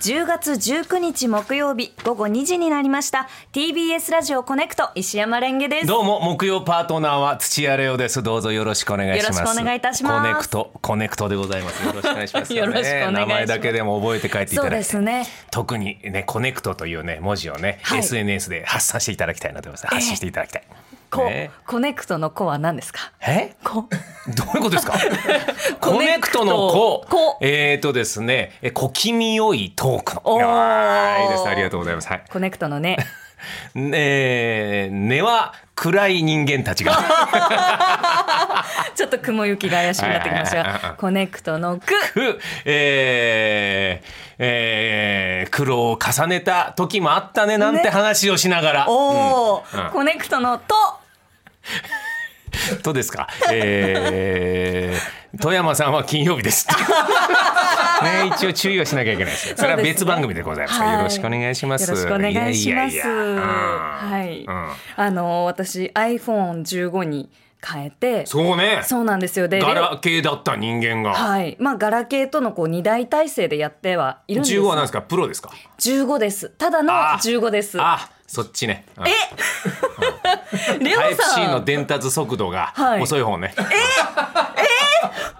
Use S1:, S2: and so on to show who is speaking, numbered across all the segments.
S1: 10月19日木曜日午後2時になりました TBS ラジオコネクト石山レンゲです
S2: どうも木曜パートナーは土屋レオですどうぞよろしくお願いします
S1: よろしくお願いいたします
S2: コネクトコネクトでございますよろしくお願いします
S1: よろしくお願いします
S2: 名前だけでも覚えて帰っていただいて
S1: そうですね
S2: 特にねコネクトというね文字をね、
S1: はい
S2: SNS で発散していただきたいなと思います、発信していただきたい
S1: こ、
S2: ね
S1: コネクトの子は何ですか
S2: え
S1: こ
S2: どういうことですか
S1: コ
S2: コ
S1: ネ
S2: ネ
S1: ク
S2: ク
S1: ト
S2: トの子
S1: 子
S2: えーとですねえ小気味よいトークの
S1: おー
S2: あーいいですねありがとうございますはい
S1: コネクトの ね
S2: ね根は暗い人間たちが
S1: ちょっと雲行きが怪しくなってきました
S2: はいはいはいは
S1: が
S2: い
S1: コネクトのく
S2: えーえー苦労を重ねた時もあったねなん
S1: ね
S2: て話をしながら、
S1: おお、
S2: うん
S1: コネクトのと
S2: とですか、えー富山さんは金曜日です。 ね、一応注意をしなきゃいけないですよ。それは別番組でございますから、
S1: はい
S2: よろしくお願いします。
S1: よろしくお願いします。
S2: いやいやいやうん
S1: はい、
S2: うん
S1: あの私 iPhone15 に変えて、そ
S2: そうね
S1: う。なんですよで、
S2: ガ
S1: レ
S2: ラケーだった人間
S1: オ
S2: が。
S1: はい、まあガラケーとのこう二大体制でやってはいるんです。
S2: 15は何ですかプロですか
S1: 15です。ただの
S2: あ
S1: 15です。
S2: あそっちねえ
S1: レ
S2: タイ
S1: オ
S2: プ C
S1: さ
S2: の
S1: ん
S2: 伝達速度が
S1: はい
S2: 遅い方ね、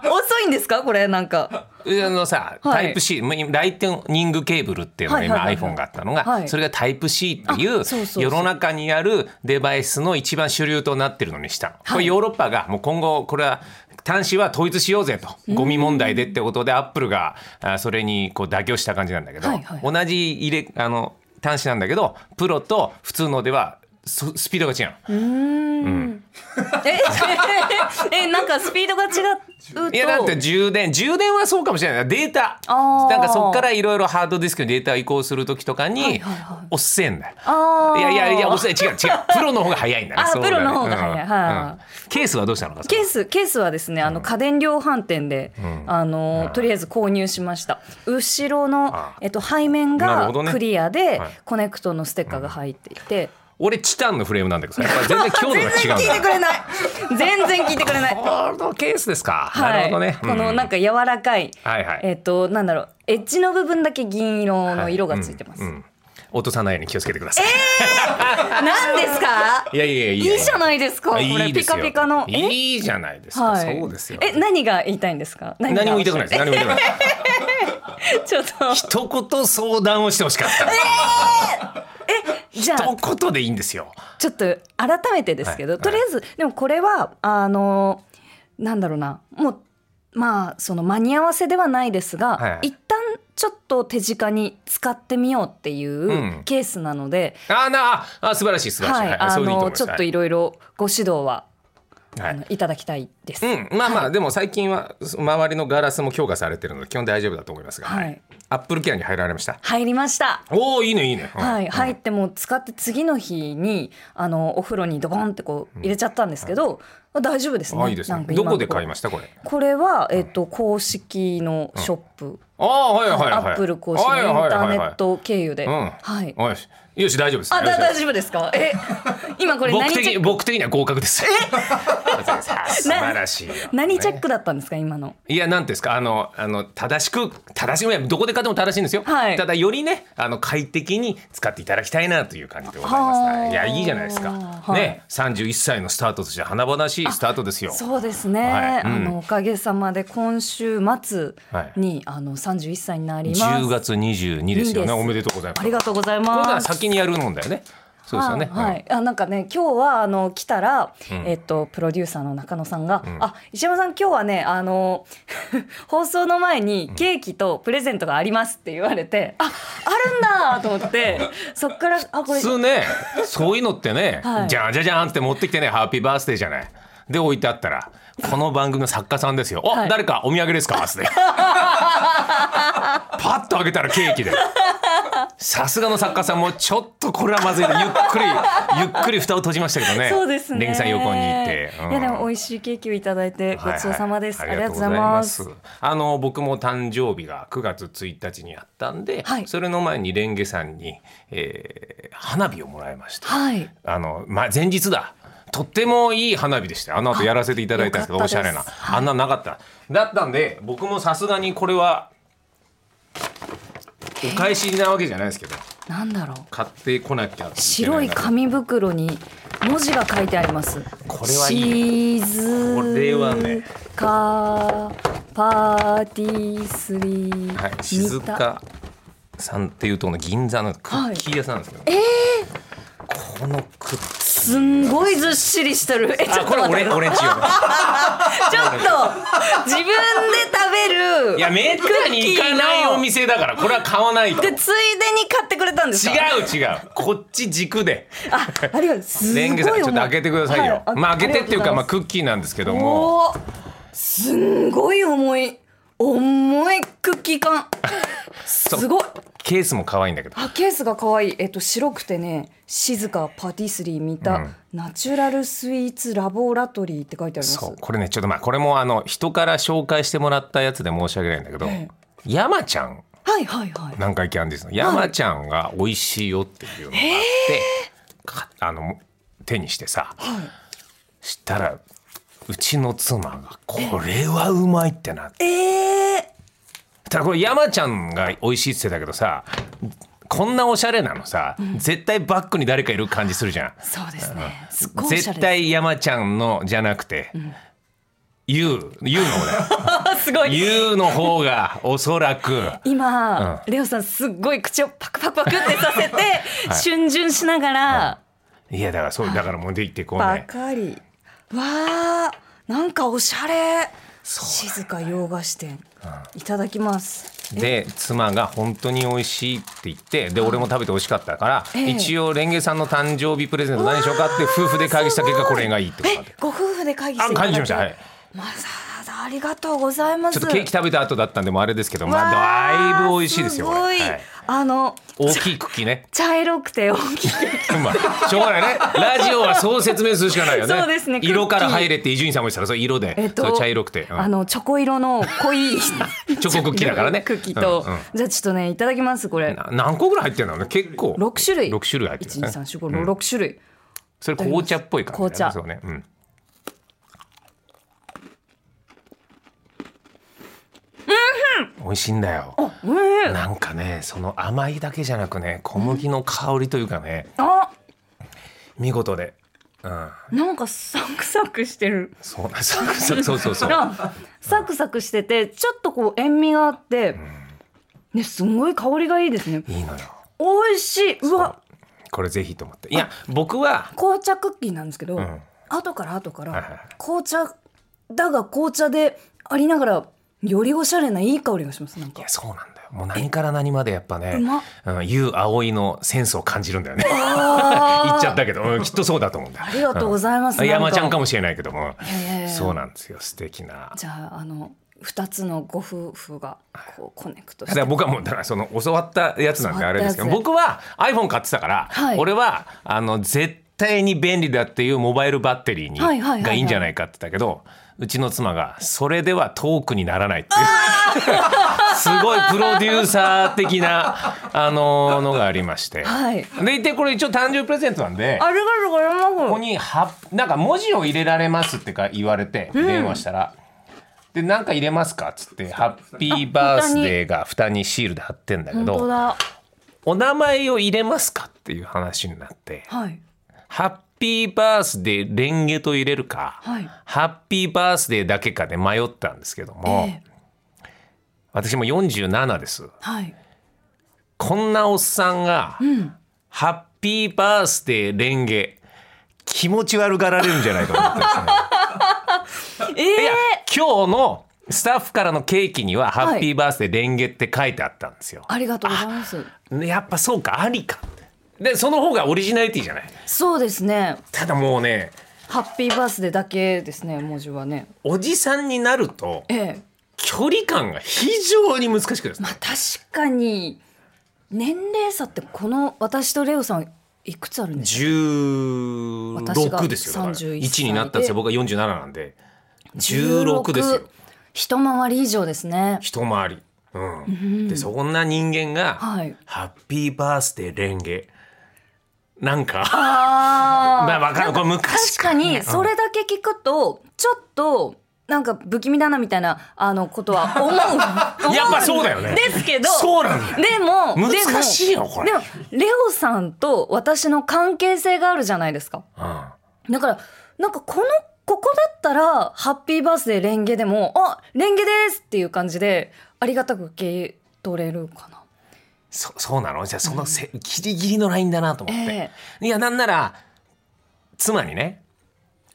S2: 遅
S1: 遅いんですかこれなんか。
S2: あのさ、
S1: はい
S2: タイプ C まライトニングケーブルっていうのが今
S1: はいはいはいはい
S2: iPhone があったのが、
S1: はい
S2: それがタイプ C ってい
S1: あ
S2: う
S1: そうそうそう
S2: 世の中にあるデバイスの一番主流となってるのにしたの、これヨーロッパがもう今後これは端子は統一しようぜとゴミ問題でってことでアップルがあそれにこう妥協した感じなんだけど、
S1: はいはい
S2: 同じ入れあの端子なんだけどプロと普通のではススピードが違うの
S1: ええなんかスピードが違うと。
S2: いやだって充電充電はそうかもしれないデータ
S1: あー
S2: なんかそっからいろいろハードディスクにデータを移行する時とかに、
S1: いはいは
S2: おっせえんだよ。
S1: あー
S2: いやいやいやおっせえ違う違うプロの方が早いんだね
S1: あ
S2: そうだね
S1: プロの方が早いはい
S2: ケースはどうしたのか
S1: ケースケースはですねあの家電量販店で、あのとりあえず購入しました後ろの
S2: あ
S1: えっと、背面
S2: なる
S1: が
S2: ほどね
S1: クリアで、
S2: はい
S1: コネクトのステッカーが入っていて、
S2: 俺チタンのフレームなんだけどさやっぱ全然強度が違
S1: 全然聞い
S2: うん
S1: てくれない全然聞いてくれない
S2: だこのケースですか、
S1: はい
S2: なるほどね、
S1: このなん
S2: か
S1: か柔らかい、
S2: はいはい
S1: えっとなんだろうエッジの部分だけ銀色の色がついてます、
S2: うんうん落とさないように気をつけてください、
S1: 何ですか
S2: いやいやいや
S1: いい
S2: いや
S1: じゃないですかこれ
S2: いいで
S1: ピ
S2: すよ
S1: カピカのえ
S2: いいじゃないですか、そうですよ
S1: え何が言いたいんですか何
S2: 何も言いたくないですす何も言いたくない です
S1: ちょっと
S2: 一言相談をしてほしかった、
S1: じゃあ
S2: 一言でいいんですよ
S1: ちょっと改めてですけど、
S2: はい
S1: とりあえず、でもこれはあのなんだろうなもうまあその間に合わせではないですが、
S2: はいはい
S1: 一旦ちょっと手近に使ってみようっていううんケースなので、
S2: あなああ素晴らしい素晴らしい、
S1: はい、あ
S2: そういうふうにいいと
S1: の
S2: 思いま
S1: ち
S2: す
S1: ょっといろいろご指導は、
S2: はい
S1: あのいただきたいです。
S2: うん、まあまあ、でも最近は周りのガラスも強化されてるので基本大丈夫だと思いますが、
S1: はい
S2: アップルケアに入られました
S1: 入りました。
S2: おおいいねいいね、うん
S1: はい、入ってもう使って次の日にあのお風呂にドボンってこう入れちゃったんですけど、大丈夫ですね。
S2: あいいです
S1: な
S2: ね
S1: んか今
S2: ど
S1: の
S2: こで買いましたこれ
S1: これは、えっと、公式のショップ、
S2: ああはいはいはい
S1: アップル公式のインターネッ
S2: は
S1: ト経由で、
S2: いはいはい
S1: は
S2: はい
S1: い。
S2: うんよしよし大丈夫です
S1: あ、だ、
S2: よし
S1: 大丈夫ですか。え、 今これ何
S2: 僕
S1: チ
S2: 的
S1: ェ
S2: に
S1: ッ
S2: 僕的には合格ですさ 素晴らしいよ
S1: ク、 何チェックだったんですか、今の。
S2: いやなんていうんですかあのあの正しく正しくどこで買っても正しいんですよ、
S1: はい
S2: ただよりねあの快適に使っていただきたいなという感じでございます、
S1: はあ
S2: いやいいじゃないですか、
S1: はい
S2: ね31歳のスタートとして華々しいスタートですよ
S1: そうですね、
S2: はいうん
S1: あのおかげさまで今週末に、あの三十一歳になります。
S2: 10月22です
S1: いいで
S2: よね
S1: す
S2: おめでとうございます
S1: ありがとうござい
S2: 今
S1: ま
S2: 度は
S1: す。
S2: 先にやるもんだよねそうですよね、
S1: はい、はいあなんかね今日はあの来たら、えっとプロデューサーの中野さんが、あ石山さん今日はねあの 放送の前にケーキとプレゼントがありますって言われて、ああるんだと思 ってそっからあこ
S2: うん
S1: れ
S2: 普通ねそういうのってね、
S1: はい
S2: じゃんじゃじゃんって持ってきてねハッピーバースデーじゃないで置いてあったらこの番組の作家さんですよ「お、
S1: はい
S2: 誰かお土産ですか?」っ つってパッと開けたらケーキでさすがの作家さんもちょっとこれはまずいなゆっくりゆっくり蓋を閉じましたけどね
S1: そうですね。
S2: レンギさん横にいて、うん
S1: いやでも美味しいケーキをいただいてごちそうさまです。
S2: はい
S1: あ
S2: は
S1: り
S2: い
S1: がとうございます。。
S2: あの僕も誕生日が9月1日にあったんで、
S1: はい
S2: それの前にレンゲさんに、えー花火をもらいました。
S1: はい。
S2: あのま前日だ。とってもいい花火でした。あの後やらせていただいたんですけ
S1: よ
S2: ど、
S1: か
S2: お
S1: った
S2: し
S1: で
S2: ゃ
S1: す
S2: れな。
S1: はい
S2: あんなのなかった。だったんで、僕もさすがにこれはお返しなわけじゃないですけど
S1: なんだろう
S2: 買ってこなきゃ
S1: 白い
S2: か
S1: 紙袋に文字が書いてあります
S2: これはいい
S1: シーズ
S2: これはね
S1: カパーティースリー、
S2: はい、
S1: 見
S2: 静
S1: た
S2: 香さんっていうとこの銀座のクッキー屋さんなんですけど、このクッキ
S1: すんごいずっしりしてるえち
S2: ー
S1: ょっ
S2: あことれ
S1: 待っ
S2: 俺
S1: て
S2: 俺んち
S1: ち
S2: よ
S1: ょっと自分で食べる
S2: いやめったに行かないお店だからこれは買わないと違
S1: でついでに買ってくれたんですか
S2: う違うこっち軸で
S1: あありがとうすごい
S2: レンゲさんちょっと開けてくださいよ、
S1: はい
S2: まあ開けてっていうかまあ
S1: ありがと
S2: クッキーなんですけど
S1: う
S2: も
S1: ございますおーすんごい重い重いクッキー 缶すごい
S2: ケースも可愛いんだけど
S1: あケースが可愛いえっと白くてね静かパティスリー見た、
S2: うん
S1: ナチュラルスイーツラボラトリーって書いてあります
S2: そうこれねちょっとまあこれもあの人から紹介してもらったやつで申し訳ないんだけど、
S1: ええ
S2: 山ちゃん
S1: はいはいはい
S2: 南海キャンディーズの山ちゃんが美味しいよっていうのがあって、かあの手にしてさ、したらうちの妻が「これはうまい」ってなって
S1: えー、
S2: ただこれ山ちゃんが美味しいって言ってたけどさこんなおしゃれなのさ、絶対バックに誰かいる感じするじゃん。
S1: そうですねすっごいおしゃれ
S2: 絶対山ちゃんのじゃなくて、ゆうゆうの方だよ。
S1: あす ごい
S2: ゆうの方がおそらく。
S1: 今、レオさんすっごい口をパクパクパクってさ せて、逡巡しながら、
S2: いやだからそうだからもうできてこう
S1: ば
S2: ね。
S1: かりわあなんかおしゃれ静か洋菓子店、いただきます
S2: で妻が本当に美味しいって言ってで俺も食べて美味しかったから、
S1: ええ
S2: 一応レンゲさんの誕生日プレゼント何にしようかって夫婦で会議した結果これがいいってことなんで
S1: えご夫婦で会議して
S2: あ
S1: いただ
S2: 会議
S1: き
S2: しましたはい
S1: まさだありがとうございます
S2: ちょっとケーキ食べた後だったんでもうあれですけどま
S1: わ
S2: あ
S1: あ
S2: だいぶ美味しいですよ
S1: す
S2: これ
S1: ごい、
S2: はい
S1: あの
S2: 大きいクッキーね
S1: 茶色くて大きい
S2: まあしょうがないねラジオはそう説明するしかないよね
S1: そうですねクッキー
S2: 色から入れって伊集院さんも言ってたらそう色で、
S1: えっと
S2: そう茶色くて、うん
S1: あのチョコ色の濃い
S2: チョコクッキーだからね
S1: クッキーと、
S2: うんうん
S1: じゃあちょっとねいただきますこれ
S2: な何個ぐらい入ってるのね結構
S1: 六種類
S2: 6種類入ってる
S1: 一
S2: ね
S1: 二三四五六六種類、
S2: それ紅茶っぽい感じだ
S1: 紅茶
S2: ねそうね、うん、美味しいんだよ
S1: うん、え
S2: なんかねその甘いだけじゃなくね小麦の香りというかね
S1: あ
S2: 見事で、うん、
S1: なんかサクサクしてる
S2: そうなんそうそうそうそうそう
S1: なサクサクしててちょっとこう塩味があって、ねすんごい香りがいいですね
S2: いいのよ
S1: 美味しいうわ
S2: これぜひと思っていや僕は
S1: 紅茶クッキーなんですけど、
S2: ん
S1: 後から後か
S2: はいはい
S1: ら紅茶だが紅茶でありながらよりおしゃれないい香りがしますなん
S2: い
S1: か
S2: やそうなんだよもう何から何までやっぱね
S1: うま
S2: うん、ゆう葵のセンスを感じるんだよね言
S1: あ
S2: っちゃったけど、うんきっとそうだと思うんだ
S1: ありがとうございます
S2: ん
S1: なんか
S2: 山ちゃんかもしれないけども
S1: いやいやいや
S2: そうなんですよ素敵な
S1: ーじゃああの2つのご夫婦がこうコネクト
S2: だ
S1: し
S2: か
S1: て
S2: ら僕はもうだからその教わったやつなんで
S1: 教わ
S2: あ
S1: ったや
S2: れ
S1: つ
S2: ですけど僕は iPhone 買ってたから、
S1: はい
S2: 俺はあの絶対に便利だっていうモバイルバッテリーに、
S1: はいはいはいはい
S2: がいいんじゃないかって言ったけどうちの妻がそれでは遠くにならないっていう すごいプロデューサー的なあののがありまして、
S1: はい
S2: でいてこれ一応誕生日プレゼントなんで
S1: ありがとうござい
S2: ここ
S1: ます
S2: にはなんか文字を入れられますってか言われて電話したら。でなんか入れますかっつって「ハッピーバースデー」が蓋にシールで貼ってんだけ
S1: 本当
S2: ど
S1: だ
S2: 「お名前を入れますか?」っていう話になって
S1: はい
S2: 「ハッピーバースデーレンゲと入れるか、
S1: はい
S2: ハッピーバースデーだけかで迷ったんですけども、
S1: ええ
S2: 私も47です
S1: はい
S2: こんなおっさんが、ハッピーバースデーレンゲ気持ち悪がられるんじゃないかと思ってですね
S1: え
S2: いや
S1: え
S2: 今日のスタッフからのケーキには「
S1: い
S2: ハッピーバースデーレンゲ」って書いてあったんですよ。
S1: ありがとうございます
S2: やっぱそうかありかってでその方がオリジナリティじゃない
S1: そうですね
S2: ただもうね
S1: ハッピーバースデーだけですね文字はね
S2: おじさんになると
S1: ええ
S2: 距離感が非常に難しくなる
S1: まあ確かに年齢差ってこの私とレオさんいくつあるんですか
S2: 16ですよだから
S1: 私が31
S2: 1になったんですよ僕は47なんで16ですよ
S1: 一回り以上ですね
S2: 一回り、うんでそんな人間が、
S1: はい
S2: ハッピーバースデーレンゲ」なんか
S1: あー
S2: まあわかるこれ昔
S1: 確かにそれだけ聞くとちょっとなんか不気味だなみたいなあのことは 思う思ん
S2: やっぱそうだよね
S1: ですけど
S2: そうなんだよ
S1: でも
S2: 難しいよこれ
S1: でもでもレオさんと私の関係性があるじゃないですか
S2: うん
S1: だからなんかこのここだったら「ハッピーバースデーレンゲ」でも「あレンゲです!」っていう感じでありがたく受け取れるかな。
S2: そそうなのじゃあそのせ、ギリギリのラインだなと思って、
S1: え
S2: いやなんなら妻にね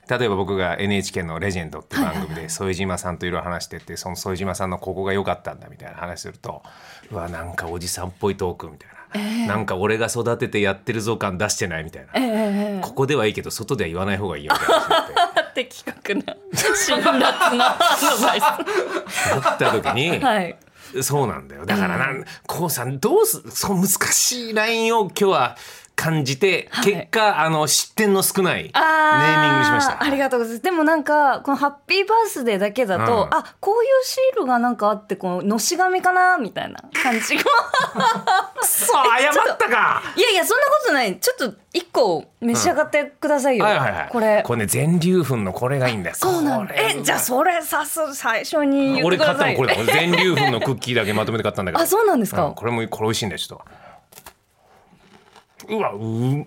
S2: 例えば僕が NHK の「レジェンド」っていう番組で副島さんといろいろ話しててその副島さんのここが良かったんだみたいな話するとうわなんかおじさんっぽいトークみたいな、なんか俺が育ててやってるぞ感出してないみたいな、
S1: ええ
S2: ここではいいけど外では言わない方がいいよみたいな話になって
S1: え的確な 辛辣なアドバイス。
S2: なった時に、
S1: はい
S2: そうなんだよだからなん、こうさんどうすその難しいラインを今日は感じて、
S1: はい
S2: 結果あの失点の少ないネーミングにしました。
S1: ありがとうございます。でもなんかこのハッピーバースデーだけだと、
S2: うん
S1: あこういうシールがなんかあってこうのし紙かなみたいな感じが。
S2: そう謝ったか。
S1: いやいやそんなことない。ちょっと一個召し上がってくださいよ。
S2: はいはいはい。
S1: これ。
S2: これね全粒粉のこれがいいんだよ。
S1: そうなん
S2: こ
S1: だ。
S2: れ
S1: えじゃあそれさす最初に言って
S2: 俺
S1: く
S2: 買
S1: だ
S2: った
S1: さ
S2: の
S1: い。
S2: これだ。俺全粒粉のクッキーだけまとめて買ったんだけど。
S1: あそうなんですか。
S2: うんこれもこれ美味しいんだよちょっと。うわうーめっ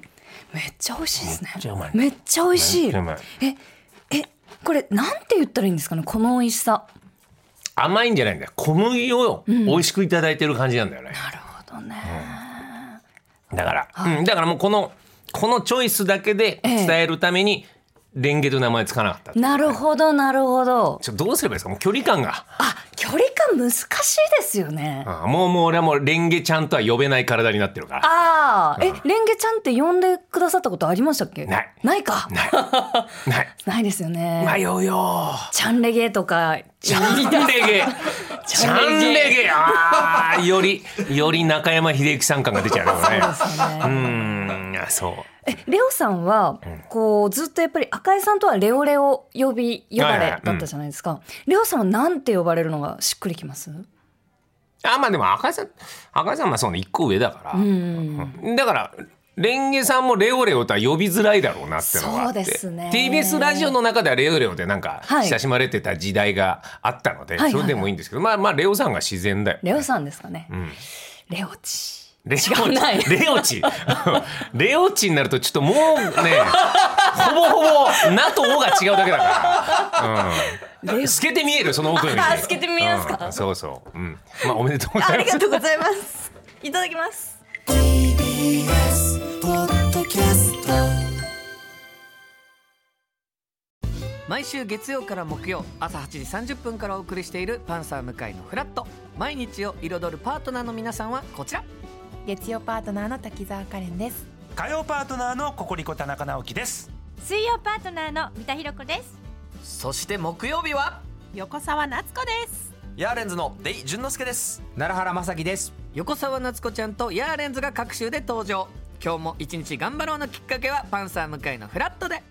S1: めっちゃ美味しいですね。
S2: めっちゃうまい
S1: めっちゃ美味しい
S2: ちゃ。うまい
S1: ええこれなんて言ったらいいんですかねこの美味しさ。
S2: 甘いんじゃないんだよ。小麦を美味しくいただいてる感じなんだよね。
S1: なるほどね。
S2: だから、うん、だからもうこのこのチョイスだけで伝えるために、レンゲという名前つかなかった
S1: なるほどなるほど。
S2: ちょどうすればいいですかもう距離感が
S1: あ距離感難しいですよね。
S2: あもうもう俺はもうレンゲちゃんとは呼べない体になってるから
S1: ああ、え、レンゲちゃんって呼んでくださったことありましたっけ。
S2: ない
S1: ないか。
S2: ないない
S1: ないですよね。
S2: 迷うよ
S1: ちゃんレゲとか。
S2: ちゃんレゲちゃんレゲあーよりより中山秀征さん感が出ちゃうよ
S1: ね
S2: ねうんあそう
S1: え、レオさんは、こう、ずっとやっぱり赤井さんとはレオレオ呼び、呼ば
S2: はいはいは
S1: れ
S2: い
S1: だったじゃないですか。レオさんはなんて呼ばれるのがしっくりきます。
S2: あまあでも赤井さん赤井さんはそうね一個上だから、うんだからレンゲさんもレオレオとは呼びづらいだろうなってのがあっ
S1: そうで
S2: て
S1: すね
S2: TBS ラジオの中ではレオレオでなんか
S1: はい
S2: 親しまれてた時代があったので、
S1: はいはい
S2: それでもいいんですけど、まあまあレオさんが自然だよ。
S1: レオさんですかね。
S2: ん
S1: レオチ。
S2: レオチ
S1: 違うない
S2: レオチ レオチになるとちょっともうねほぼほぼ「な」と「お」が違うだけだから、う
S1: レ
S2: ん、
S1: オ
S2: 透けて見えるその奥に
S1: あ透けて見えますか
S2: うんそうそう、うん、まあおめでとうござ
S1: あ
S2: い
S1: り
S2: ま
S1: が
S2: す
S1: とうございます。いただきます。
S3: TBS ポッドキャスト
S4: 毎週月曜から木曜朝8時30分からお送りしている「パンサー向井のフラット」毎日を彩るパートナーの皆さんはこちら
S5: 月曜パートナーの滝沢カレンです
S6: 火曜パートナーのココリコ田中直樹です
S7: 水曜パートナーの三田寛子です
S4: そして木曜日は
S7: 横澤夏子です
S8: ヤーレンズのデイ淳之介です奈良原雅樹です
S4: 横澤夏子ちゃんとヤーレンズが各週で登場今日も一日頑張ろうのきっかけは「パンサー向井のフラット」で